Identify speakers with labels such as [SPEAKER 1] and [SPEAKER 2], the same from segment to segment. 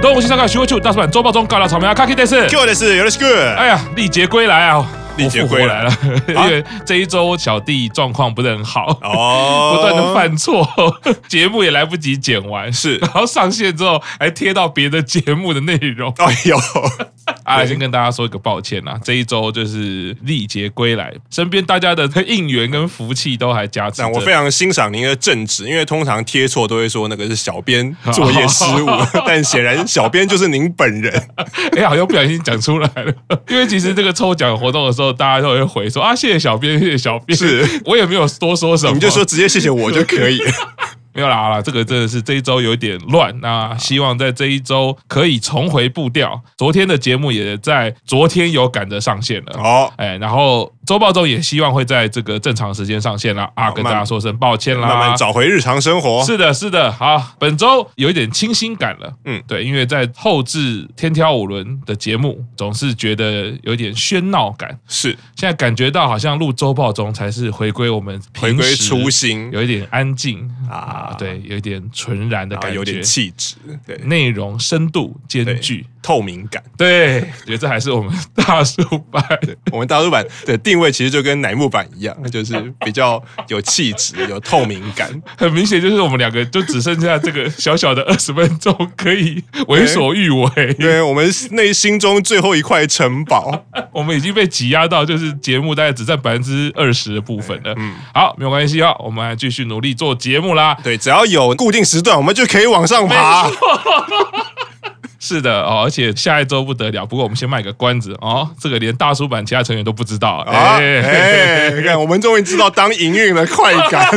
[SPEAKER 1] 中午新上课，学会去大叔版周报中高聊草莓啊，Kaki Days。
[SPEAKER 2] Q 的是有的是 Good，
[SPEAKER 1] 哎呀，历劫归来啊！
[SPEAKER 2] 历劫归来
[SPEAKER 1] 我复活来了，因 为这一周小弟状况不是很好，
[SPEAKER 2] 哦
[SPEAKER 1] 不断的犯错， 节目也来不及剪完，是，然后上线之后还贴到别的节目的内容。
[SPEAKER 2] 哎 呦，
[SPEAKER 1] 啊，先跟大家说一个抱歉啦，这一周就是历劫归来，身边大家的应援跟福气都还加持
[SPEAKER 2] 那
[SPEAKER 1] 着。
[SPEAKER 2] 我非常欣赏您的正直，因为通常贴错都会说那个是 小编作业失误，但显然小编就是您本 人。
[SPEAKER 1] 哎、好像不小心讲出来了。 因为其实这个抽奖活动的时候，大家都会回说啊，谢谢小编，谢谢小编。
[SPEAKER 2] 是
[SPEAKER 1] 我也没有多说什么，
[SPEAKER 2] 你就说直接谢谢我就可以。
[SPEAKER 1] 没有啦，好啦，这个真的是这一周有点乱。那希望在这一周可以重回步调。昨天的节目也在昨天有赶着上线了。
[SPEAKER 2] 好，
[SPEAKER 1] 哎，然后周报中也希望会在这个正常时间上线啦，啊，跟大家说声抱歉啦，
[SPEAKER 2] 慢慢找回日常生活。
[SPEAKER 1] 是的，是的，好，本周有一点清新感了。嗯
[SPEAKER 2] 嗯，
[SPEAKER 1] 对，因为在后置天挑五轮的节目，总是觉得有点喧闹感。
[SPEAKER 2] 是
[SPEAKER 1] 现在感觉到好像录周报中才是回归我们平
[SPEAKER 2] 回归
[SPEAKER 1] 时
[SPEAKER 2] 初心
[SPEAKER 1] 有一点安静啊
[SPEAKER 2] 啊，
[SPEAKER 1] 对，有一点纯然的
[SPEAKER 2] 然后
[SPEAKER 1] 感觉，
[SPEAKER 2] 有点气质，对，
[SPEAKER 1] 内容深度兼
[SPEAKER 2] 对
[SPEAKER 1] 具。
[SPEAKER 2] 透明感。
[SPEAKER 1] 对，觉得这还是我们大叔版。
[SPEAKER 2] 我们大陆版的定位其实就跟乃木坂一样，就是比较有气质、有透明感。
[SPEAKER 1] 很明显就是我们两个就只剩下这个小小的二 十分钟可以为所欲为。
[SPEAKER 2] 因为我们内心中最后一块 城堡，
[SPEAKER 1] 我们已经被挤压到，就是节目大概只占百分之二十的部分了。嗯，好，没有关系啊，我们还继续努力做节目啦。
[SPEAKER 2] 对，只要有固定时段，我们就可以往上爬。
[SPEAKER 1] 是的哦，而且下一周不得了，不过我们先卖个关子哦，这个连大叔版其他成员都不知道。
[SPEAKER 2] 啊！
[SPEAKER 1] 哎
[SPEAKER 2] 哎，看我们终于知道当营运的快 感。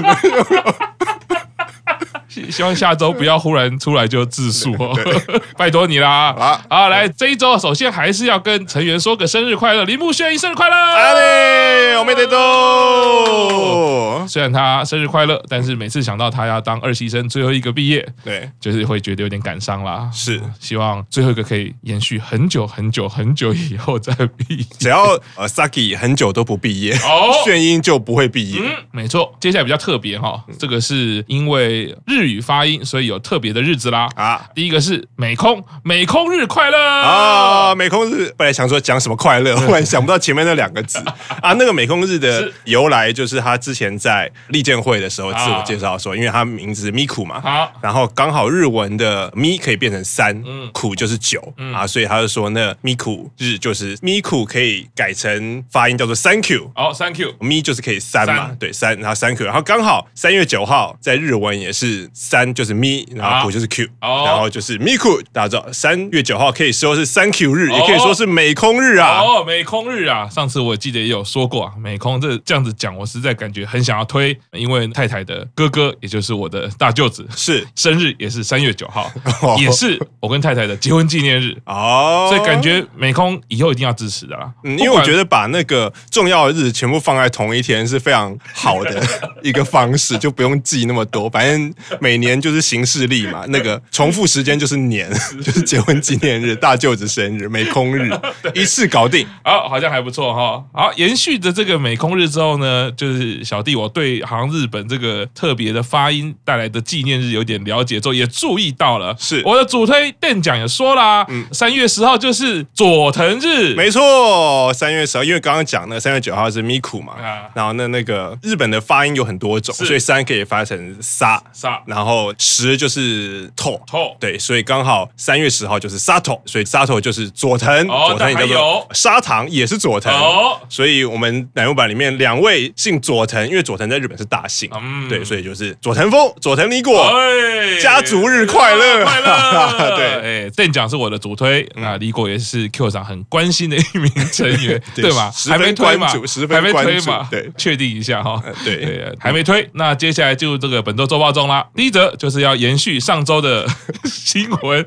[SPEAKER 1] 希希望下周不要忽然出来就自述 哦， 拜托你啦。
[SPEAKER 2] 好
[SPEAKER 1] 好，来这一周，首先还是要跟成员说个生日快乐，铃木炫一生日快乐。
[SPEAKER 2] 阿里，我们得都。
[SPEAKER 1] 虽然他生日快乐，但是每次想到他要当二期生最后一个毕业，
[SPEAKER 2] 对，
[SPEAKER 1] 就是会觉得有点感伤啦。
[SPEAKER 2] 是
[SPEAKER 1] 希望最后一个可以延续很久很久很久以后再毕业。
[SPEAKER 2] 只要呃 Saki 很久都不毕业，
[SPEAKER 1] 哦嗯
[SPEAKER 2] 炫英就不会毕业。
[SPEAKER 1] 没错，接下来比较特别哈、
[SPEAKER 2] 嗯
[SPEAKER 1] 这个是因为日语发音，所以有特别的日子啦。
[SPEAKER 2] 啊
[SPEAKER 1] 第一个是美空，美空日快乐！
[SPEAKER 2] 啊！美空日本来想说讲什 么快乐，忽然想不到前面那两个字啊。那个美空日的由来就是他之前在利剑会的时候
[SPEAKER 1] 啊
[SPEAKER 2] 自我介绍说，因为他名字 Miku 嘛，
[SPEAKER 1] 好
[SPEAKER 2] 然后刚好日文的咪可以变成三，
[SPEAKER 1] 嗯
[SPEAKER 2] 苦就是九、啊，所以他就说那咪苦日就是咪苦可以改成发音叫做 thank you。
[SPEAKER 1] 好，Thank you。
[SPEAKER 2] 咪就是可以三嘛，
[SPEAKER 1] 三
[SPEAKER 2] 对三，然后三 Q，然后刚好三月九号在日文也是三就是咪，然
[SPEAKER 1] 啊
[SPEAKER 2] 后苦就是 Q，、
[SPEAKER 1] 哦
[SPEAKER 2] 然后就是 Miku，大家知道三月九号可以说是三 Q 日，
[SPEAKER 1] 哦
[SPEAKER 2] 也可以说是美空日啊。
[SPEAKER 1] 哦，美空日啊！上次我记得也有说过啊，美空这这样子讲，我实在感觉很想要推，因为太太的哥哥，也就是我的大舅子，
[SPEAKER 2] 是
[SPEAKER 1] 生日也是三月九 号，
[SPEAKER 2] 哦
[SPEAKER 1] 也是我跟太太的结婚纪念日，
[SPEAKER 2] 哦，
[SPEAKER 1] 所以感觉美空以后一定要支持的啦。
[SPEAKER 2] 嗯，因为我觉
[SPEAKER 1] 得
[SPEAKER 2] 得把那个重要的日子全部放在同一天是非常好的一个方式，就不用记那么多。反正每年就是行事历嘛，那个重复时间就是年， 就是结婚纪念日、大舅子生日、美空日，一次搞定。
[SPEAKER 1] 好，好像还不错哈。好，延续着这个美空日之后呢，就是小弟我对好像日本这个特别的发音带来的纪念日有点了解之后，也注意到了。
[SPEAKER 2] 是嗯
[SPEAKER 1] 我的主推电奖也说啦，三、月十号就是佐藤日，
[SPEAKER 2] 没错，三月十号，因为刚刚讲那个三月九号是 Miku 嘛，
[SPEAKER 1] 啊
[SPEAKER 2] 然后那那个日本的发音有很多种，
[SPEAKER 1] 是
[SPEAKER 2] 所以三可以发成沙，
[SPEAKER 1] 啥
[SPEAKER 2] 然后十就是透
[SPEAKER 1] 透
[SPEAKER 2] 对，所以刚好三月十号就是沙头，所以沙头就是佐藤，
[SPEAKER 1] 哦
[SPEAKER 2] 佐藤也叫
[SPEAKER 1] 但还有
[SPEAKER 2] 做砂糖，也是佐藤。
[SPEAKER 1] 哦
[SPEAKER 2] 所以我们乃木坂里面两位姓佐藤，因为佐藤在日本是大姓，
[SPEAKER 1] 嗯
[SPEAKER 2] 对，所以就是佐藤枫、佐藤里果。
[SPEAKER 1] 哎
[SPEAKER 2] 家族日快 乐
[SPEAKER 1] 快乐！
[SPEAKER 2] 对嗯
[SPEAKER 1] 哎，邓奖是我的主推，那李果也是 Q 长很关心的一名成员，
[SPEAKER 2] 对
[SPEAKER 1] 对吧？
[SPEAKER 2] 十
[SPEAKER 1] 还
[SPEAKER 2] 分
[SPEAKER 1] 没推嘛
[SPEAKER 2] 关注十，分
[SPEAKER 1] 还没推
[SPEAKER 2] 关注
[SPEAKER 1] 嘛，
[SPEAKER 2] 对呃
[SPEAKER 1] 确定一下哈。
[SPEAKER 2] 对嗯
[SPEAKER 1] 还没推。那接下来进入这个本周周报中啦。第一则就是要延续上周的 新闻，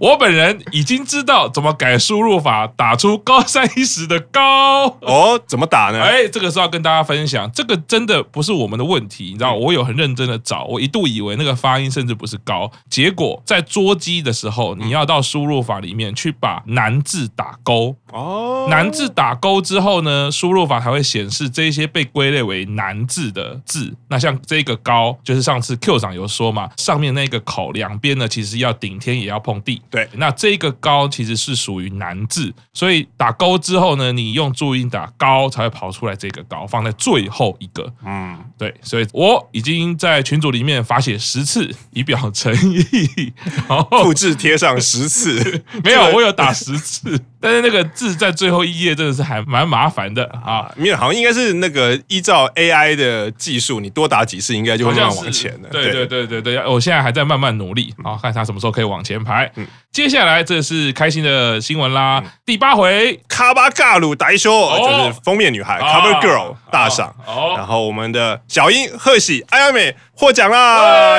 [SPEAKER 1] 我本人已经知道怎么改输入法打出高三一十的高。
[SPEAKER 2] 哦，怎么打呢？
[SPEAKER 1] 哎，这个是要跟大家分享，这个真的不是我们的问题，你知道，我有很认真的找，我一度以为那个发音甚至不是高，结果在捉鸡的时候，你要到输入法里面去把难字打勾，
[SPEAKER 2] 哦，
[SPEAKER 1] 难字打勾之后呢，输入法才会显示这些被归类为难字的字。那像这个高，就是上次 Q 长有说说嘛，上面那个口两边呢，其实要顶天也要碰地。
[SPEAKER 2] 对
[SPEAKER 1] 那这个高其实是属于难字，所以打勾之后呢，你用注音打高才会跑出来这个高，放在最后一个。
[SPEAKER 2] 嗯，
[SPEAKER 1] 对，所以我已经在群组里面罚写十次，以表诚意。然后
[SPEAKER 2] 复制贴上十次，
[SPEAKER 1] 没有
[SPEAKER 2] 这，个
[SPEAKER 1] 我有打十次，但是那个字在最后一页真的是还蛮麻烦的 啊。
[SPEAKER 2] 没有，好像应该是那个依照 AI 的技术，你多打几次应该就
[SPEAKER 1] 好
[SPEAKER 2] 会慢
[SPEAKER 1] 像
[SPEAKER 2] 慢
[SPEAKER 1] 是
[SPEAKER 2] 往前了。嗯
[SPEAKER 1] 对对对对对，我现在还在慢慢努力啊，看他什么时候可以往前排。接下来这是开心的新闻啦，
[SPEAKER 2] 嗯
[SPEAKER 1] 第八回
[SPEAKER 2] 卡巴嘎鲁达一修
[SPEAKER 1] 哦
[SPEAKER 2] 就是封面女孩
[SPEAKER 1] 啊
[SPEAKER 2] 哎 Cover Girl 大赏，哎
[SPEAKER 1] 哦
[SPEAKER 2] 然后我们的小樱、贺喜、艾亚美获奖啦，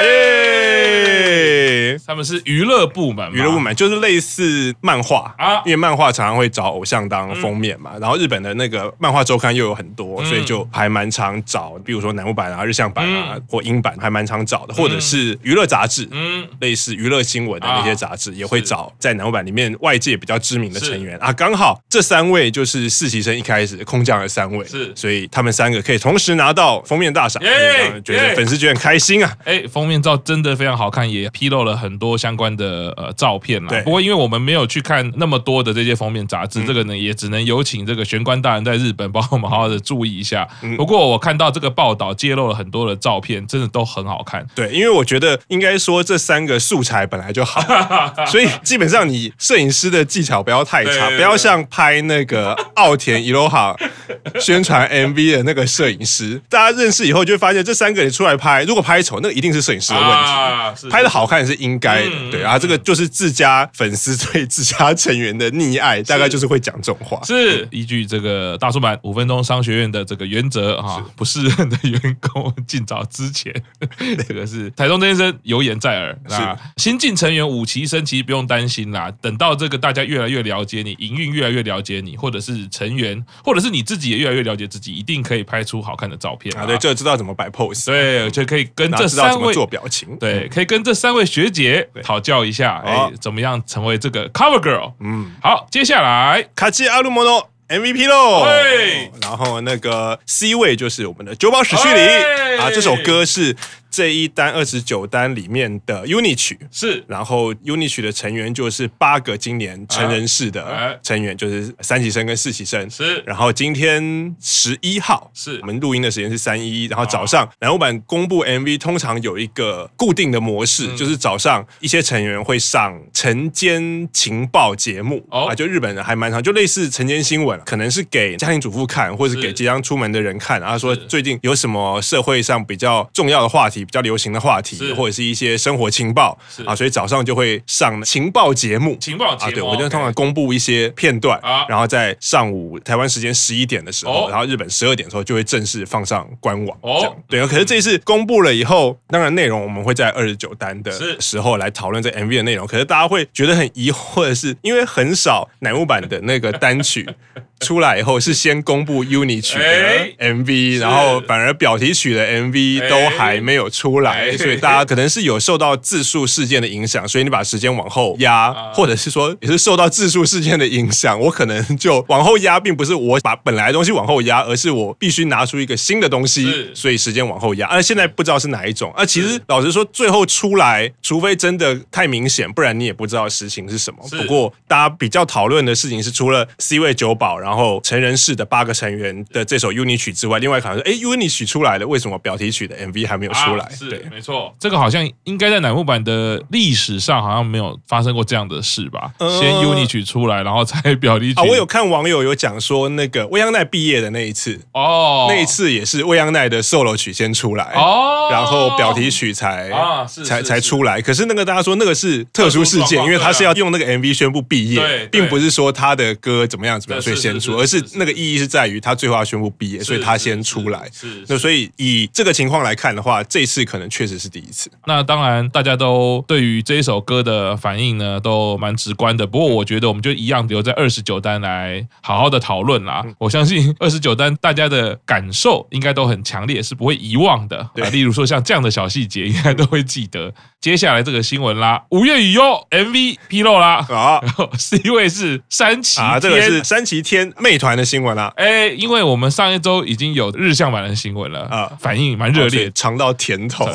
[SPEAKER 2] 耶！
[SPEAKER 1] 他们是娱乐部门嘛，
[SPEAKER 2] 娱乐部门就是类似漫画
[SPEAKER 1] 啊
[SPEAKER 2] 因为漫画常常会找偶像当封面嘛，然后日本的那个漫画周刊又有很多，
[SPEAKER 1] 嗯
[SPEAKER 2] 所以就还蛮常找，比如说乃木坂啊、日向版啊、
[SPEAKER 1] 嗯
[SPEAKER 2] 或英版，还蛮常找的，或者是娱乐杂志。
[SPEAKER 1] 嗯，
[SPEAKER 2] 类似娱乐新闻的那些杂志，也会
[SPEAKER 1] 啊是
[SPEAKER 2] 找在南欧版里面外界比较知名的
[SPEAKER 1] 是
[SPEAKER 2] 成员啊。刚好这三位就是实习生一开始空降了三位，
[SPEAKER 1] 是
[SPEAKER 2] 所以他们三个可以同时拿到封面大赏，
[SPEAKER 1] 耶
[SPEAKER 2] 让觉
[SPEAKER 1] 耶
[SPEAKER 2] 得粉丝觉得很开心啊。
[SPEAKER 1] 哎，封面照真的非常好看，也披露了很多相关的呃照片啦
[SPEAKER 2] 对。嗯
[SPEAKER 1] 不过因为我们没有去看那么多的这些封面杂志，这个呢也只能有请这个玄关大人在日本帮我们好好的注意一下。
[SPEAKER 2] 嗯
[SPEAKER 1] 不过我看到这个报道揭露了很多的照片，真的都很好看。
[SPEAKER 2] 对，因为我觉得应该说这三个素材本来就好， 所以基本上你摄影师的技巧不要太
[SPEAKER 1] 对
[SPEAKER 2] 差
[SPEAKER 1] 对，对
[SPEAKER 2] 不要像拍那个奥田伊罗哈 宣传 MV 的那个摄影师，大家认识以后就会发现这三个你出来拍，如果拍丑，那个一定是摄影师的问题。
[SPEAKER 1] 啊是
[SPEAKER 2] 拍的好看是应该的，
[SPEAKER 1] 嗯
[SPEAKER 2] 对
[SPEAKER 1] 嗯
[SPEAKER 2] 啊，这个就是自家粉丝对自家成员的溺爱，大概就是会讲这种话。
[SPEAKER 1] 是啊依据这个大叔版五分钟商学院的这个原则啊，不适任的员工尽早之前， 这个是台中真先生有言在耳。那新进成员武崎生其实不用担心啦，等到这个大家越来越了解你，营运越来越了解你，或者是成员，或者是你自己也越来越了解自己，一定可以拍出好看的照片
[SPEAKER 2] 啊，对，就知道怎么摆 pose，，
[SPEAKER 1] 对，就可以跟
[SPEAKER 2] 然
[SPEAKER 1] 这
[SPEAKER 2] 后知道
[SPEAKER 1] 三
[SPEAKER 2] 怎么
[SPEAKER 1] 位
[SPEAKER 2] 做嗯表情，
[SPEAKER 1] 对，可以跟这三位学姐讨教一下，哎
[SPEAKER 2] 好，
[SPEAKER 1] 怎么样成为这个 cover girl？
[SPEAKER 2] 啊嗯，
[SPEAKER 1] 好，接下来
[SPEAKER 2] 卡奇阿鲁莫诺 MVP 喽
[SPEAKER 1] 哎。
[SPEAKER 2] 然后那个 C 位就是我们的九宝史绪里
[SPEAKER 1] 哎
[SPEAKER 2] 啊，这首歌是这一单二十九单里面的 UNI 曲。
[SPEAKER 1] 是
[SPEAKER 2] 然后 UNI 曲的成员就是八个今年成人式
[SPEAKER 1] 哎
[SPEAKER 2] 的成员，就是三级生跟四级生。
[SPEAKER 1] 是
[SPEAKER 2] 然后今天十一号
[SPEAKER 1] 是哦
[SPEAKER 2] 我们录音的时间是三一，然后早上南欧版公布 MV，通常有一个固定的模式，
[SPEAKER 1] 嗯
[SPEAKER 2] 就是早上一些成员会上晨间情报节目、
[SPEAKER 1] 哦
[SPEAKER 2] 啊，就日本人还蛮常，就类似晨间新闻，可能是给家庭主妇看，或是
[SPEAKER 1] 是
[SPEAKER 2] 给即将出门的人看，然后说
[SPEAKER 1] 是
[SPEAKER 2] 最近有什么社会上比较重要的话题、比较流行的话
[SPEAKER 1] 是
[SPEAKER 2] 题，或者是一些生活情报
[SPEAKER 1] 是
[SPEAKER 2] 啊，所以早上就会上情报节目。
[SPEAKER 1] 情报节
[SPEAKER 2] 啊，
[SPEAKER 1] 目，
[SPEAKER 2] 对，我就
[SPEAKER 1] OK
[SPEAKER 2] 通常公布一些片段，
[SPEAKER 1] 啊
[SPEAKER 2] 然后在上午台湾时间十一点的时候，
[SPEAKER 1] 哦
[SPEAKER 2] 然后日本十二点的时候就会正式放上官网。
[SPEAKER 1] 哦
[SPEAKER 2] 哦，这样对。可是这一次公布了以后，当然内容我们会在二十九单的
[SPEAKER 1] 是
[SPEAKER 2] 时候来讨论这 MV 的内容。可是大家会觉得很疑惑的是，因为很少乃木坂的那个单曲。 出来以后是先公布 UNI 曲
[SPEAKER 1] 哎
[SPEAKER 2] 的 MV，、
[SPEAKER 1] 是
[SPEAKER 2] 然后反而表题曲的 MV 都还没有出来，
[SPEAKER 1] 哎
[SPEAKER 2] 所以大家可能是有受到自述事件的影响，所以你把时间往后压，
[SPEAKER 1] 啊
[SPEAKER 2] 或者是说也是受到自述事件的影响，我可能就往后压，并不是我把本来的东西往后压，而是我必须拿出一个新的东西
[SPEAKER 1] 是，
[SPEAKER 2] 所以时间往后压。啊而现在不知道是哪一种，啊，其实老实说，最后出来，除非真的太明显，不然你也不知道实情是什么。
[SPEAKER 1] 是
[SPEAKER 2] 不过大家比较讨论的事情是，除了 C 位九宝，然后成人式的八个成员的这首 UNI 曲之外，另外可能说，哎，UNI 曲出来了，为什么标题曲的 MV 还没有出来？
[SPEAKER 1] 啊、是
[SPEAKER 2] 对。
[SPEAKER 1] 没错，这个好像应该在乃木坂的历史上好像没有发生过这样的事吧？
[SPEAKER 2] 呃
[SPEAKER 1] 先 UNI 曲出来，然后才表弟曲。
[SPEAKER 2] 啊，我有看网友有讲说，那个未央奈毕业的那一次，
[SPEAKER 1] 哦，
[SPEAKER 2] 那一次也是未央奈的 solo 曲先出来，
[SPEAKER 1] 哦，
[SPEAKER 2] 然后表题曲才
[SPEAKER 1] 啊是
[SPEAKER 2] 才
[SPEAKER 1] 是
[SPEAKER 2] 才
[SPEAKER 1] 是
[SPEAKER 2] 出来。可是那个大家说那个是特殊
[SPEAKER 1] 特殊
[SPEAKER 2] 事
[SPEAKER 1] 状
[SPEAKER 2] 件，
[SPEAKER 1] 况
[SPEAKER 2] 因为他是
[SPEAKER 1] 对啊
[SPEAKER 2] 要用那个 MV 宣布
[SPEAKER 1] 对
[SPEAKER 2] 毕业，并
[SPEAKER 1] 对
[SPEAKER 2] 不是说他的歌怎么样怎么样，所
[SPEAKER 1] 对
[SPEAKER 2] 以
[SPEAKER 1] 是
[SPEAKER 2] 先
[SPEAKER 1] 是
[SPEAKER 2] 出，
[SPEAKER 1] 是
[SPEAKER 2] 而是
[SPEAKER 1] 是是
[SPEAKER 2] 那个意义是在于他最后要宣布毕业，
[SPEAKER 1] 是，
[SPEAKER 2] 所以他
[SPEAKER 1] 是
[SPEAKER 2] 先
[SPEAKER 1] 是
[SPEAKER 2] 出来。
[SPEAKER 1] 是，
[SPEAKER 2] 那
[SPEAKER 1] 那
[SPEAKER 2] 所
[SPEAKER 1] 以
[SPEAKER 2] 以以这个情况来看的话，这次可能确实是第一次。
[SPEAKER 1] 那当然大家都对于这一首歌的反应呢都蛮直观的。不过我觉得我们就一样留在二十九单来好好的讨论啦。
[SPEAKER 2] 嗯
[SPEAKER 1] 我相信 二十九单大家的感受应该都很强烈，是不会遗忘的。
[SPEAKER 2] 对
[SPEAKER 1] 啊例如说像这样的小细节，应该都会记得。接下来这个新闻啦，五月雨优 MV 披露啦。
[SPEAKER 2] 啊
[SPEAKER 1] C 位是山崎
[SPEAKER 2] 啊，这个
[SPEAKER 1] 天
[SPEAKER 2] 是山崎天看妹团的新闻啊啦、
[SPEAKER 1] 哎，因为我们上一周已经有日向版的新闻了
[SPEAKER 2] 啊
[SPEAKER 1] 啊，反应蛮热烈的。
[SPEAKER 2] 尝到甜头。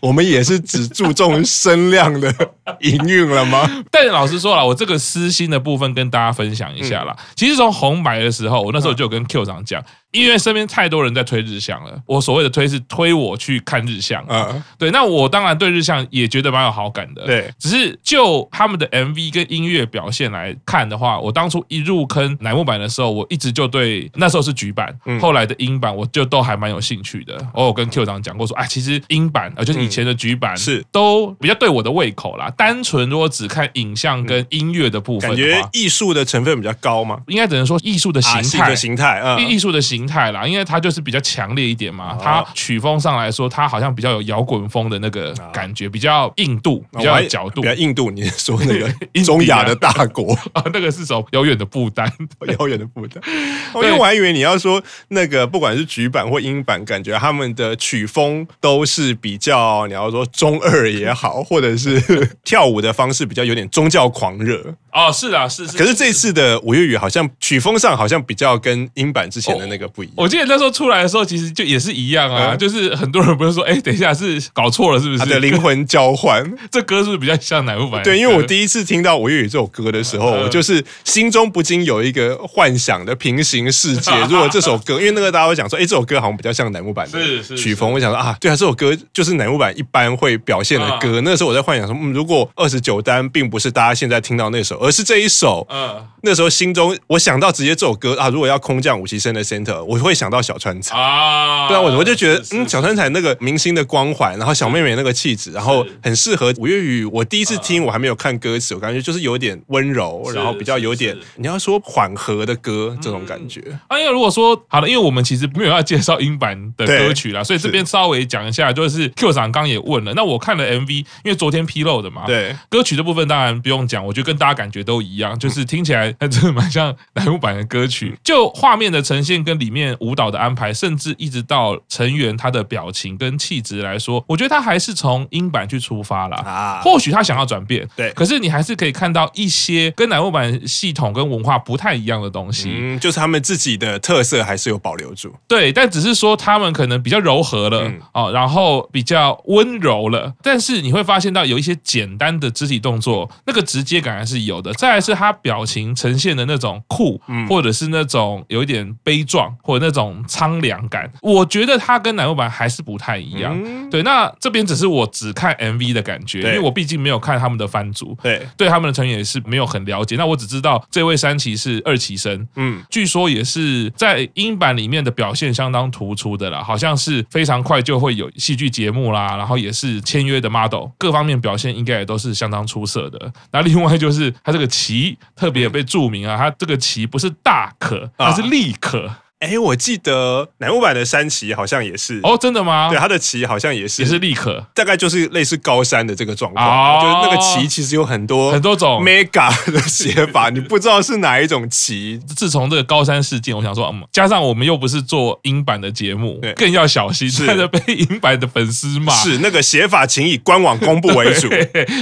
[SPEAKER 2] 我们也是只注重声量的营运了吗？
[SPEAKER 1] 但老实说了，我这个私心的部分跟大家分享一下啦。其实从红白的时候，我那时候就有跟 Q 长讲，因为身边太多人在推日向了，我所谓的推是推我去看日向。
[SPEAKER 2] 嗯，
[SPEAKER 1] 对，那我当然对日向也觉得蛮有好感的。
[SPEAKER 2] 对，
[SPEAKER 1] 只是就他们的 MV 跟音乐表现来看的话，我当初一入坑乃木坂的时候，我一直就对那时候是局版，
[SPEAKER 2] 嗯
[SPEAKER 1] 后来的英版我就都还蛮有兴趣的。哦我有跟 Q 长讲过说，哎，其实英版呃就是以前的局版
[SPEAKER 2] 嗯是
[SPEAKER 1] 都比较对我的胃口啦。单纯如果只看影像跟音乐的部分
[SPEAKER 2] 感
[SPEAKER 1] 的
[SPEAKER 2] 觉
[SPEAKER 1] 话，
[SPEAKER 2] 艺术的成分比较高嘛，
[SPEAKER 1] 应该只能说艺术的
[SPEAKER 2] 啊
[SPEAKER 1] 形
[SPEAKER 2] 是
[SPEAKER 1] 态
[SPEAKER 2] 的。形态啊，
[SPEAKER 1] 艺
[SPEAKER 2] 嗯
[SPEAKER 1] 艺术的形态啦，因为它就是比较强烈一点嘛
[SPEAKER 2] 哦。
[SPEAKER 1] 它曲风上来说，它好像比较有摇滚风的那个感觉，比较硬度，比
[SPEAKER 2] 啊我
[SPEAKER 1] 较
[SPEAKER 2] 还
[SPEAKER 1] 有角度
[SPEAKER 2] 比。较印度，你是说那
[SPEAKER 1] 印
[SPEAKER 2] 个
[SPEAKER 1] 度
[SPEAKER 2] 中亚的大国
[SPEAKER 1] 啊，那个是首遥远的不 丹。
[SPEAKER 2] 遥远的负担。哦因为我还以为你要说那个，不管是局版或英版，感觉他们的曲风都是比较，你要说中二也好，或者是 跳舞的方式比较有点宗教狂热。
[SPEAKER 1] 哦，是啊，是是。
[SPEAKER 2] 可是这次的五月雨好像曲风上好像比较跟英版之前的那个不一样。
[SPEAKER 1] 我记得那时候出来的时候，其实就也是一样啊，
[SPEAKER 2] 嗯
[SPEAKER 1] 就是很多人不是说，哎、等一下是搞错了，是不
[SPEAKER 2] 他
[SPEAKER 1] 是？
[SPEAKER 2] 的灵魂交 换，
[SPEAKER 1] 这歌是不是比较像乃木坂的歌？
[SPEAKER 2] 对，因为我第一次听到《五月雨》这首歌的时候，
[SPEAKER 1] 嗯
[SPEAKER 2] 我就是心中不禁有一个幻想的平行世 界。如果这首歌，因为那个大家会讲说，哎，这首歌好像比较像乃木坂的
[SPEAKER 1] 是是
[SPEAKER 2] 曲风，我想说啊，对啊，这首歌就是乃木坂一般会表现
[SPEAKER 1] 嗯
[SPEAKER 2] 的歌。那时候我在幻想说，嗯，如果二十九单并不是大家现在听到那首，而是这一首。
[SPEAKER 1] 嗯
[SPEAKER 2] 那时候心中我想到直接这首歌啊，如果要空降武崎生的 center，我会想到小川彩。
[SPEAKER 1] 啊，
[SPEAKER 2] 对啊，我我就觉得
[SPEAKER 1] 是，是
[SPEAKER 2] 嗯，小川彩那个明星的光环，然后小妹妹那个气质，然后很适合五月雨。我第一次听，我还没有看歌词，我感觉就是有点温柔，
[SPEAKER 1] 啊是
[SPEAKER 2] 然后比较有点
[SPEAKER 1] 是是
[SPEAKER 2] 你要说缓和的歌这种感觉。
[SPEAKER 1] 啊，因为如果说好了，因为我们其实没有要介绍英版的歌曲啦，所以这边稍微讲一下，就是 Q 长刚也问了，那我看了 MV，因为昨天披露的嘛，，
[SPEAKER 2] 对，
[SPEAKER 1] 歌曲的部分当然不用讲，我觉得跟大家感觉都一样，就是听起来真的蛮像乃木坂的歌
[SPEAKER 2] 嗯
[SPEAKER 1] 曲。 就画面的呈现跟里面舞蹈的安排，甚至一直到成员他的表情跟气质来说，我觉得他还是从英版去出发啦。
[SPEAKER 2] 啊
[SPEAKER 1] 或许他想要转变，
[SPEAKER 2] 对
[SPEAKER 1] 可是你还是可以看到一些跟乃木坂系统跟文化不太一样的东西。
[SPEAKER 2] 嗯，就是他们自己的特色还是有保留住。
[SPEAKER 1] 对，但只是说他们可能比较柔和了、
[SPEAKER 2] 嗯
[SPEAKER 1] 哦，然后比较温柔了，但是你会发现到有一些简单的肢体动作，那个直接感还是有的。再来是他表情呈现的那种酷，
[SPEAKER 2] 嗯
[SPEAKER 1] 或者是那种有一点悲壮，或者那种苍凉感，我觉得他跟乃木坂还是不太一样。对，那这边只是我只看 MV 的感觉，因
[SPEAKER 2] 嗯对
[SPEAKER 1] 为我毕竟没有看他们的番组。
[SPEAKER 2] 对，
[SPEAKER 1] 对他们的成员也是没有很了解，那我只知道这位山崎是二期生，
[SPEAKER 2] 嗯，
[SPEAKER 1] 据说也是在英版里面的表现相当突出的啦，好像是非常快就会有戏剧节目啦，然后也是签约的 model，各方面表现应该也都是相当出色的。那另外就是他这个旗特别被注明啊，他这个旗不是大可，
[SPEAKER 2] 啊
[SPEAKER 1] 它是立可。
[SPEAKER 2] 哎，我记得乃木坂的山崎好像也是，
[SPEAKER 1] 哦，真的吗
[SPEAKER 2] 对，？他啊的旗好像也是，
[SPEAKER 1] 也是立可，
[SPEAKER 2] 大概就是类似高山的这个状况，
[SPEAKER 1] 哦
[SPEAKER 2] 就是那个旗其实有很多
[SPEAKER 1] 很多种。
[SPEAKER 2] mega 的写法，你不知道是哪一种旗。
[SPEAKER 1] 自从这个高山事件，我想说，嗯，加上我们又不是做英版的节目
[SPEAKER 2] 对，
[SPEAKER 1] 更要小心，
[SPEAKER 2] 是
[SPEAKER 1] 真的被英版的粉丝骂。
[SPEAKER 2] 是那个写法，请以官网公布为 主。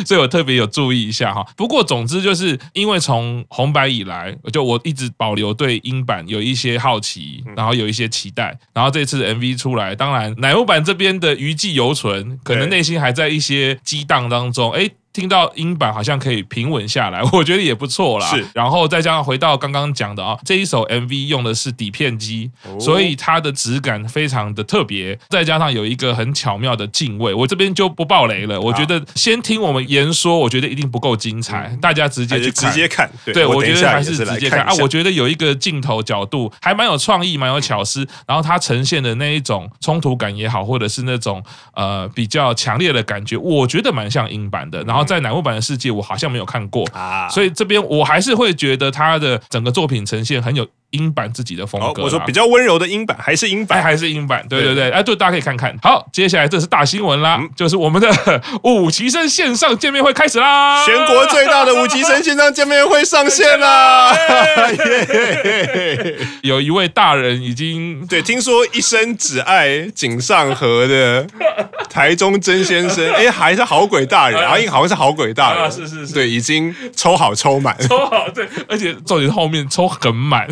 [SPEAKER 1] 所以我特别有注意一下哈。不过总之就是因为从红白以来，就我一直保留对英版有一些好奇，然后有一些期待。然后这次的 MV 出来，当然奶油版这边的余悸犹存，可能
[SPEAKER 2] 对
[SPEAKER 1] 内心还在一些激荡当中。哎。听到英版好像可以平稳下来， 我觉得也不错啦。
[SPEAKER 2] 是
[SPEAKER 1] 然后再加上回到刚刚讲的啊，这一首 MV 用的是底片机，
[SPEAKER 2] 哦
[SPEAKER 1] 所以它的质感非常的特别，再加上有一个很巧妙的敬畏，我这边就不爆雷了。我觉得先听我们言说，我觉得一定不够精彩，大家直接
[SPEAKER 2] 还
[SPEAKER 1] 去
[SPEAKER 2] 是嗯哎直
[SPEAKER 1] 看
[SPEAKER 2] 接。看，
[SPEAKER 1] 对，我
[SPEAKER 2] 我
[SPEAKER 1] 觉
[SPEAKER 2] 等
[SPEAKER 1] 得
[SPEAKER 2] 一下
[SPEAKER 1] 还
[SPEAKER 2] 也
[SPEAKER 1] 是直
[SPEAKER 2] 来
[SPEAKER 1] 接
[SPEAKER 2] 看
[SPEAKER 1] 看
[SPEAKER 2] 一
[SPEAKER 1] 啊！
[SPEAKER 2] 下
[SPEAKER 1] 我觉得有一个镜头角度还蛮有创意，蛮有巧思。然后它呈现的那一种冲突感也好，或者是那种呃比较强烈的感觉，我觉得蛮像英版的。然后在乃木版的世界，我好像没有看过，
[SPEAKER 2] 嗯啊，
[SPEAKER 1] 所以这边我还是会觉得他的整个作品呈现很有英版自己的风
[SPEAKER 2] 哦，
[SPEAKER 1] 格啦。
[SPEAKER 2] 我说比较温柔的英版还是英
[SPEAKER 1] 哎，
[SPEAKER 2] 版，
[SPEAKER 1] 还是英版，对对对，哎，对，大家可以看看。好，接下来这是大新闻
[SPEAKER 2] 嗯
[SPEAKER 1] 啦，就是我们的五期生线上见面会开始啦，
[SPEAKER 2] 全国最大的五级生线上见面会上线啦！ 耶
[SPEAKER 1] 有一位大人已经
[SPEAKER 2] 对，听说一生只爱井上和的台中真先生，哎，还是好鬼大人，
[SPEAKER 1] 哎
[SPEAKER 2] 好像好像是好鬼大
[SPEAKER 1] 啊
[SPEAKER 2] 人，
[SPEAKER 1] 是是是
[SPEAKER 2] 对，已经抽好抽满，
[SPEAKER 1] 哦抽好，对，而且重点是后面抽很满，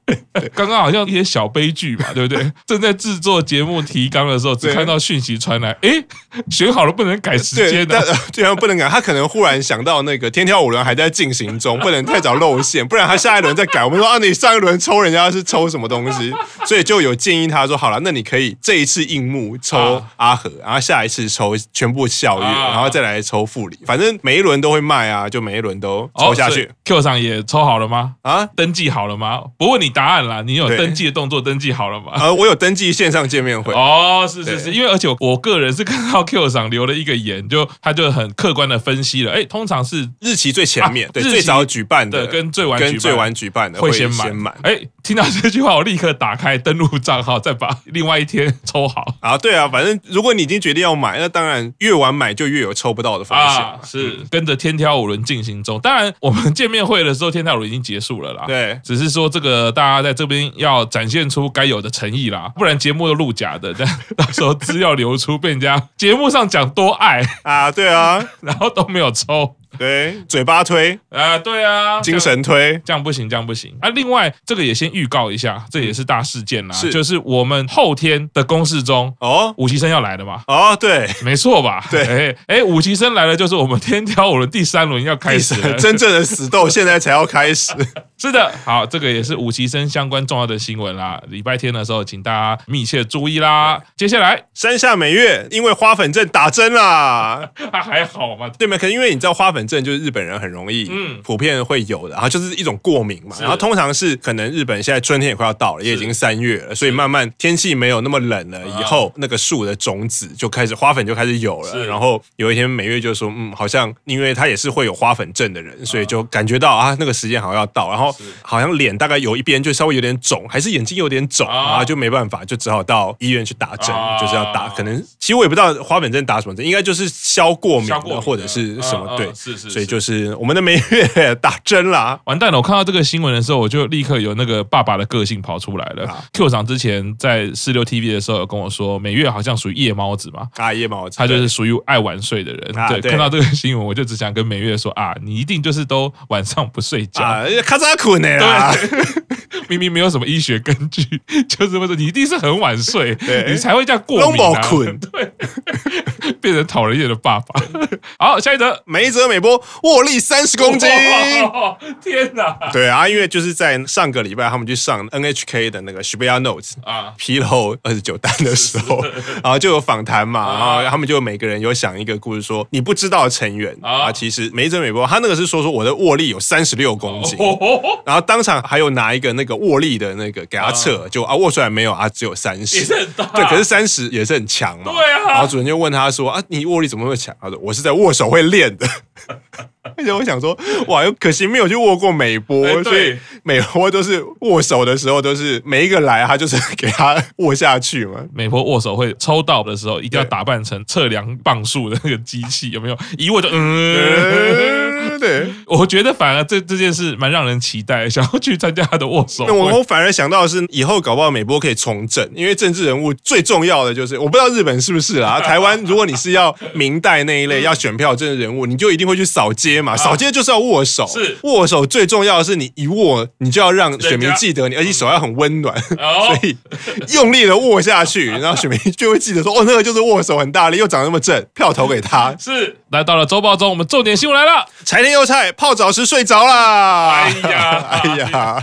[SPEAKER 1] 刚刚好像一些小悲剧 吧，对不对？正在制作节目提纲的时候，只
[SPEAKER 2] 对
[SPEAKER 1] 看到讯息传来，诶，选好了不能改时
[SPEAKER 2] 对，
[SPEAKER 1] 间
[SPEAKER 2] 但
[SPEAKER 1] 的。
[SPEAKER 2] 呃对啊，不能改。他可能忽然想到那个天跳舞轮还在进 行中，不能太早露馅，不然他下一轮再改。我们说啊，你上一轮抽人家是抽什么东 西，所以就有建议他说，好了，那你可以这一次硬木抽
[SPEAKER 1] 啊
[SPEAKER 2] 阿和，然后下一次抽全部校乐，
[SPEAKER 1] 啊
[SPEAKER 2] 然后再来抽副理，反正每一轮都会卖啊，就每一轮都抽下去、
[SPEAKER 1] 哦 Q 上也抽好了吗？
[SPEAKER 2] 啊。
[SPEAKER 1] 登记好了吗？不问你答案啦，你有
[SPEAKER 2] 对
[SPEAKER 1] 登记的动作登记好了吗？
[SPEAKER 2] 呃，我有登记线上见面会，
[SPEAKER 1] 哦，是是
[SPEAKER 2] 对
[SPEAKER 1] 是，因为而且我个人是看到 Q 上留了一个言，就他就很客观的分析了，诶，哎通常是
[SPEAKER 2] 日期最前面，
[SPEAKER 1] 啊
[SPEAKER 2] 对，
[SPEAKER 1] 日期
[SPEAKER 2] 最早举办的
[SPEAKER 1] 的跟最晚举
[SPEAKER 2] 跟
[SPEAKER 1] 办
[SPEAKER 2] 最晚举办的
[SPEAKER 1] 会
[SPEAKER 2] 先
[SPEAKER 1] 先满。哎、听到这句话，我立刻打开登录账号，再把另外一天抽好。
[SPEAKER 2] 啊，对啊，反正如果你已经决定要买，那当然越晚买就越有抽不到的风险。
[SPEAKER 1] 啊，是
[SPEAKER 2] 嗯
[SPEAKER 1] 跟着天挑五轮进行中。当然，我们见面会的时候，天挑五轮已经结束了啦。，
[SPEAKER 2] 对，
[SPEAKER 1] 只是说这个大家在这边要展现出该有的诚意啦，不然节目又录假的，但到时候资料流出被人家节目上讲多爱，
[SPEAKER 2] 啊，对啊，
[SPEAKER 1] 然后都没有抽。
[SPEAKER 2] 对，嘴 巴推，
[SPEAKER 1] 啊，对啊，
[SPEAKER 2] 精神推，
[SPEAKER 1] 这样不行，这样不行啊！另外，这个也先预告一下，这也是大事件啦，
[SPEAKER 2] 嗯是
[SPEAKER 1] 就是我们后天的公示中，
[SPEAKER 2] 哦
[SPEAKER 1] 武其生要来的嘛，
[SPEAKER 2] 哦，对，
[SPEAKER 1] 没错吧？
[SPEAKER 2] 对
[SPEAKER 1] 哎哎，武其生来了，就是我们天挑我的第三轮要开
[SPEAKER 2] 第
[SPEAKER 1] 始了
[SPEAKER 2] 三， 真正的死斗现在才要开始。
[SPEAKER 1] 是的，好，这个也是武其生相关重要的新闻啦。礼拜天的时候，请大家密切注意啦。接下来、
[SPEAKER 2] 山下美月因为花粉症打针啦，
[SPEAKER 1] 啊、还好嘛，
[SPEAKER 2] 对吗？可能因为你知道花粉症就是日本人很容易，
[SPEAKER 1] 嗯
[SPEAKER 2] 普遍会有的，然后就是一种过敏嘛。
[SPEAKER 1] 是
[SPEAKER 2] 然后通常是可能日本现在春天也快要到了，也已经三月了，所以慢慢天气没有那么冷了
[SPEAKER 1] 啊
[SPEAKER 2] 以后，那个树的种子就开始花粉就开始有了。
[SPEAKER 1] 是
[SPEAKER 2] 然后有一天美月就说，嗯，好像因为他也是会有花粉症的人，所以就感觉到啊，那个时间好像要到，然后好像脸大概有一边就稍微有点肿，还是眼睛有点肿
[SPEAKER 1] 啊
[SPEAKER 2] 啊，就没办法，就只好到医院去打针，
[SPEAKER 1] 啊
[SPEAKER 2] 就是要打，可能其实我也不知道花粉症打什么针，应该就是消过敏
[SPEAKER 1] 效
[SPEAKER 2] 的
[SPEAKER 1] 果
[SPEAKER 2] 或者是什么对。
[SPEAKER 1] 嗯是是，
[SPEAKER 2] 所以就是我们的梅月打针啦，
[SPEAKER 1] 完蛋了！我看到这个新闻的时候，我就立刻有那个爸爸的个性跑出来了。
[SPEAKER 2] 啊
[SPEAKER 1] Q 厂之前在四六 TV 的时候有跟我说，每月好像属于夜猫子嘛，
[SPEAKER 2] 啊夜猫子，
[SPEAKER 1] 他就是属于爱晚睡的人。
[SPEAKER 2] 啊
[SPEAKER 1] 对，
[SPEAKER 2] 对
[SPEAKER 1] 看到这个新闻，我就只想跟每月说啊，你一定就是都晚上不睡觉，
[SPEAKER 2] 啊卡扎苦呢啦，
[SPEAKER 1] 明明没有什么医学根据，就是为什么你一定是很晚睡，
[SPEAKER 2] 对
[SPEAKER 1] 你才会这样过敏、
[SPEAKER 2] 拢
[SPEAKER 1] 啊
[SPEAKER 2] 没。困
[SPEAKER 1] 对，变成讨人厌的爸爸。 好，下一则。
[SPEAKER 2] 每一则每波握力三十公斤。
[SPEAKER 1] 哇 天哪！
[SPEAKER 2] 对啊，因为就是在上个礼拜他们去上 NHK 的那个 Shibuya Notes
[SPEAKER 1] 啊，
[SPEAKER 2] 披露二十九单的时候， 然后就有访谈嘛，
[SPEAKER 1] 啊
[SPEAKER 2] 然后他们就每个人有想一个故事说，你不知道的成员
[SPEAKER 1] 啊
[SPEAKER 2] 啊，其实梅泽美波他那个是说说我的握力有三十六公斤。
[SPEAKER 1] 哦，
[SPEAKER 2] 然后当场还有拿一个那个握力的那个给他测，就啊握出来没有啊，只有三
[SPEAKER 1] 也
[SPEAKER 2] 十
[SPEAKER 1] 是，很大。啊
[SPEAKER 2] 对，可是三十也是很强嘛。
[SPEAKER 1] 对啊
[SPEAKER 2] 然后主人就问他说：“啊，你握力怎么那么强？”他说：“我是在握手会练的。” 而且我想说，哇，可惜没有去握过美波，
[SPEAKER 1] 哎对
[SPEAKER 2] 所以美波都是握手的时候都是每一个来，他就是给他握下去 嘛。
[SPEAKER 1] 美国握手会抽到的时候，一定要
[SPEAKER 2] 对
[SPEAKER 1] 打扮成测量磅数的那个机器，有没有？一握就嗯。
[SPEAKER 2] 呃对，
[SPEAKER 1] 我觉得反而这这件事蛮让人期待，想要去参加他的握手
[SPEAKER 2] 那我
[SPEAKER 1] 会。哦
[SPEAKER 2] 我反而想到的是，以后搞不好美波可以从政，因为政治人物最重要的就是，我不知道日本是不是啦，台湾如果你是要明代那一
[SPEAKER 1] 嗯
[SPEAKER 2] 类要选票政治人物，你就一定会去扫街嘛，扫街就是要握手，
[SPEAKER 1] 是
[SPEAKER 2] 握手最重要的是你一握，你就要让选民记得你，
[SPEAKER 1] 嗯
[SPEAKER 2] 而且手要很温暖。
[SPEAKER 1] 哦
[SPEAKER 2] 所，以用力的握下去，然后选民就会记得说，哦，那个就是握手很大力，又长得那么正，票投给他。
[SPEAKER 1] 是来到了周报中，我们重点新闻来了。
[SPEAKER 2] 柴田优菜泡澡时睡着啦，
[SPEAKER 1] 哎呀
[SPEAKER 2] 哎呀。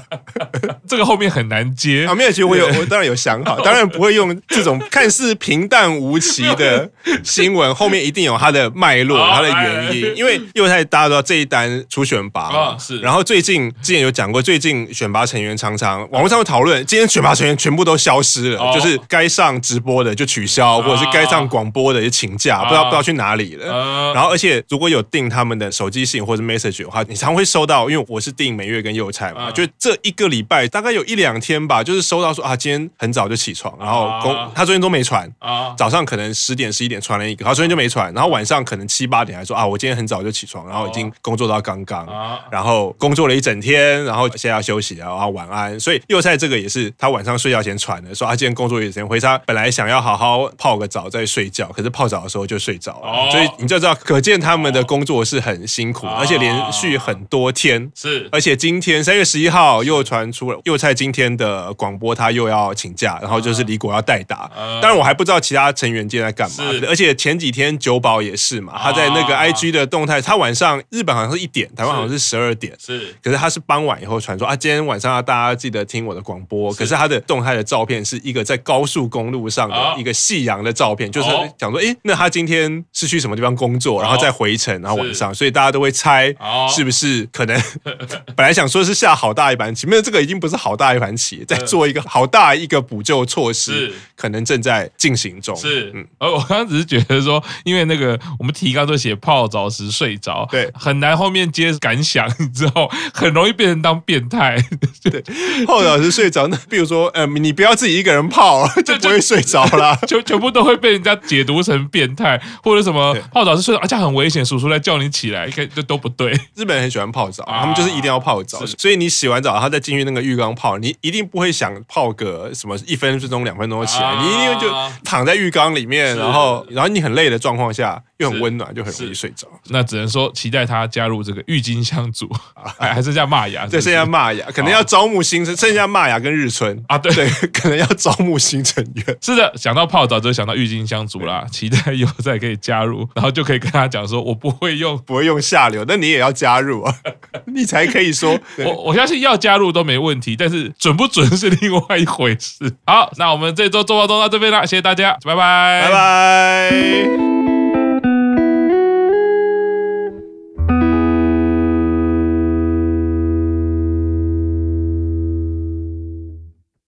[SPEAKER 1] 这个后面很难接
[SPEAKER 2] 啊，，没有，其实我有，我当然有想 好，当然不会用这种看似平淡无奇的新闻，后面一定有它的脉络、
[SPEAKER 1] 好
[SPEAKER 2] 它的原
[SPEAKER 1] 来来
[SPEAKER 2] 因。因为幼太大家都知道这一单初选拔嘛
[SPEAKER 1] 啊是
[SPEAKER 2] 然后最近之前有讲过，最近选拔成员常常网络上会讨论，今天选拔成员全部都消失了，
[SPEAKER 1] 哦啊
[SPEAKER 2] 就是该上直播的就取消，或者是该上广播的就请假，不知道不知道去哪里了。
[SPEAKER 1] 呃，
[SPEAKER 2] 嗯然后，而且如果有订他们的手机信或者 message 的话，你常会收到，因为我是订每月跟幼菜嘛，
[SPEAKER 1] 嗯
[SPEAKER 2] 就这一个礼拜大概有一两天吧，就是收到说啊，今天很早就起床，然后
[SPEAKER 1] 啊
[SPEAKER 2] 公、他昨天都没传。
[SPEAKER 1] 啊，
[SPEAKER 2] 早上可能十点十一点传了一个，他昨天就没传，然后晚上可能七八点还说啊，我今天很早就起床，然后已经工作到刚刚，
[SPEAKER 1] 啊
[SPEAKER 2] 然后工作了一整天，然后现在要休息了，然后晚安。所以幼菜这个也是他晚上睡觉前传的，说啊他今天工作一整天，回他本来想要好好泡个澡再睡觉，可是泡澡的时候就睡着了。
[SPEAKER 1] 哦
[SPEAKER 2] 所以你就知道，可见他们的工作是很辛苦，
[SPEAKER 1] 哦
[SPEAKER 2] 而且连连续很多天。
[SPEAKER 1] 是
[SPEAKER 2] 而且今天三月十一号又传出了幼菜今天的广播，他又要请假，然后就是李果要代打。
[SPEAKER 1] 啊
[SPEAKER 2] 当然我还不知道其他成员今天在干嘛
[SPEAKER 1] 是，
[SPEAKER 2] 而且前几天九宝也是嘛，他在那个
[SPEAKER 1] 啊
[SPEAKER 2] IG 的动态，他晚上日本好像是一点，台湾好像是十二点。
[SPEAKER 1] 是
[SPEAKER 2] 可是他是傍晚以后传说啊，今天晚上要大家记得听我的广播。可是他的动态的照片是一个在高速公路上
[SPEAKER 1] 哦
[SPEAKER 2] 的一个夕阳的照片，就是
[SPEAKER 1] 哦
[SPEAKER 2] 想说，诶，那他今天是去什么地方工作，然后再回程，然后晚上，所以大家都会猜
[SPEAKER 1] 哦
[SPEAKER 2] 是不是可能 本来想说是下好大一盘棋，没有这个已经不是好大一盘棋，在做一个好大一个补救措施
[SPEAKER 1] 是，
[SPEAKER 2] 可能正在进行中。
[SPEAKER 1] 是
[SPEAKER 2] 嗯，
[SPEAKER 1] 而我刚刚只是觉得说，因为那个我们提纲都写泡澡时睡着，
[SPEAKER 2] 对
[SPEAKER 1] 很难后面接感想，你知道，很容易变成当变态，
[SPEAKER 2] 后老师睡着，那 比如说，呃，你不要自己一个人泡，就不会睡着啦。
[SPEAKER 1] 就全部都会被人家解读成变态，或者什么
[SPEAKER 2] 对
[SPEAKER 1] 泡澡时睡着，而且啊很危险，叔叔来叫你起来，看这都不对，
[SPEAKER 2] 日本人很喜欢泡澡，
[SPEAKER 1] 啊
[SPEAKER 2] 他们就是一定要泡澡，
[SPEAKER 1] 是
[SPEAKER 2] 所以你洗完澡，然后再进去那个浴缸泡，你一定不会想泡个什么一分钟、两分钟起来，
[SPEAKER 1] 啊
[SPEAKER 2] 你一定就躺在浴缸里面，
[SPEAKER 1] 是
[SPEAKER 2] 然后然后你很累的状况下又很温暖，就很容易
[SPEAKER 1] 是
[SPEAKER 2] 睡着。
[SPEAKER 1] 那只能说期待他加入这个郁金香组， 哎还还剩下骂牙，
[SPEAKER 2] 啊对，剩啊下玛雅可能要招募新生，剩下玛雅跟日 春
[SPEAKER 1] 啊对
[SPEAKER 2] 对，可能要招募新成员。
[SPEAKER 1] 是的，想到泡澡就想到郁金香族啦，期待以后再可以加入，然后就可以跟他讲说，我不会用，
[SPEAKER 2] 不会用下流，那你也要加入 啊，你才可以说对
[SPEAKER 1] 我我相信要加入都没问题，但是准不准是另外一回事。好，那我们这周周报都到这边啦，谢谢大家，拜拜，
[SPEAKER 2] 拜拜。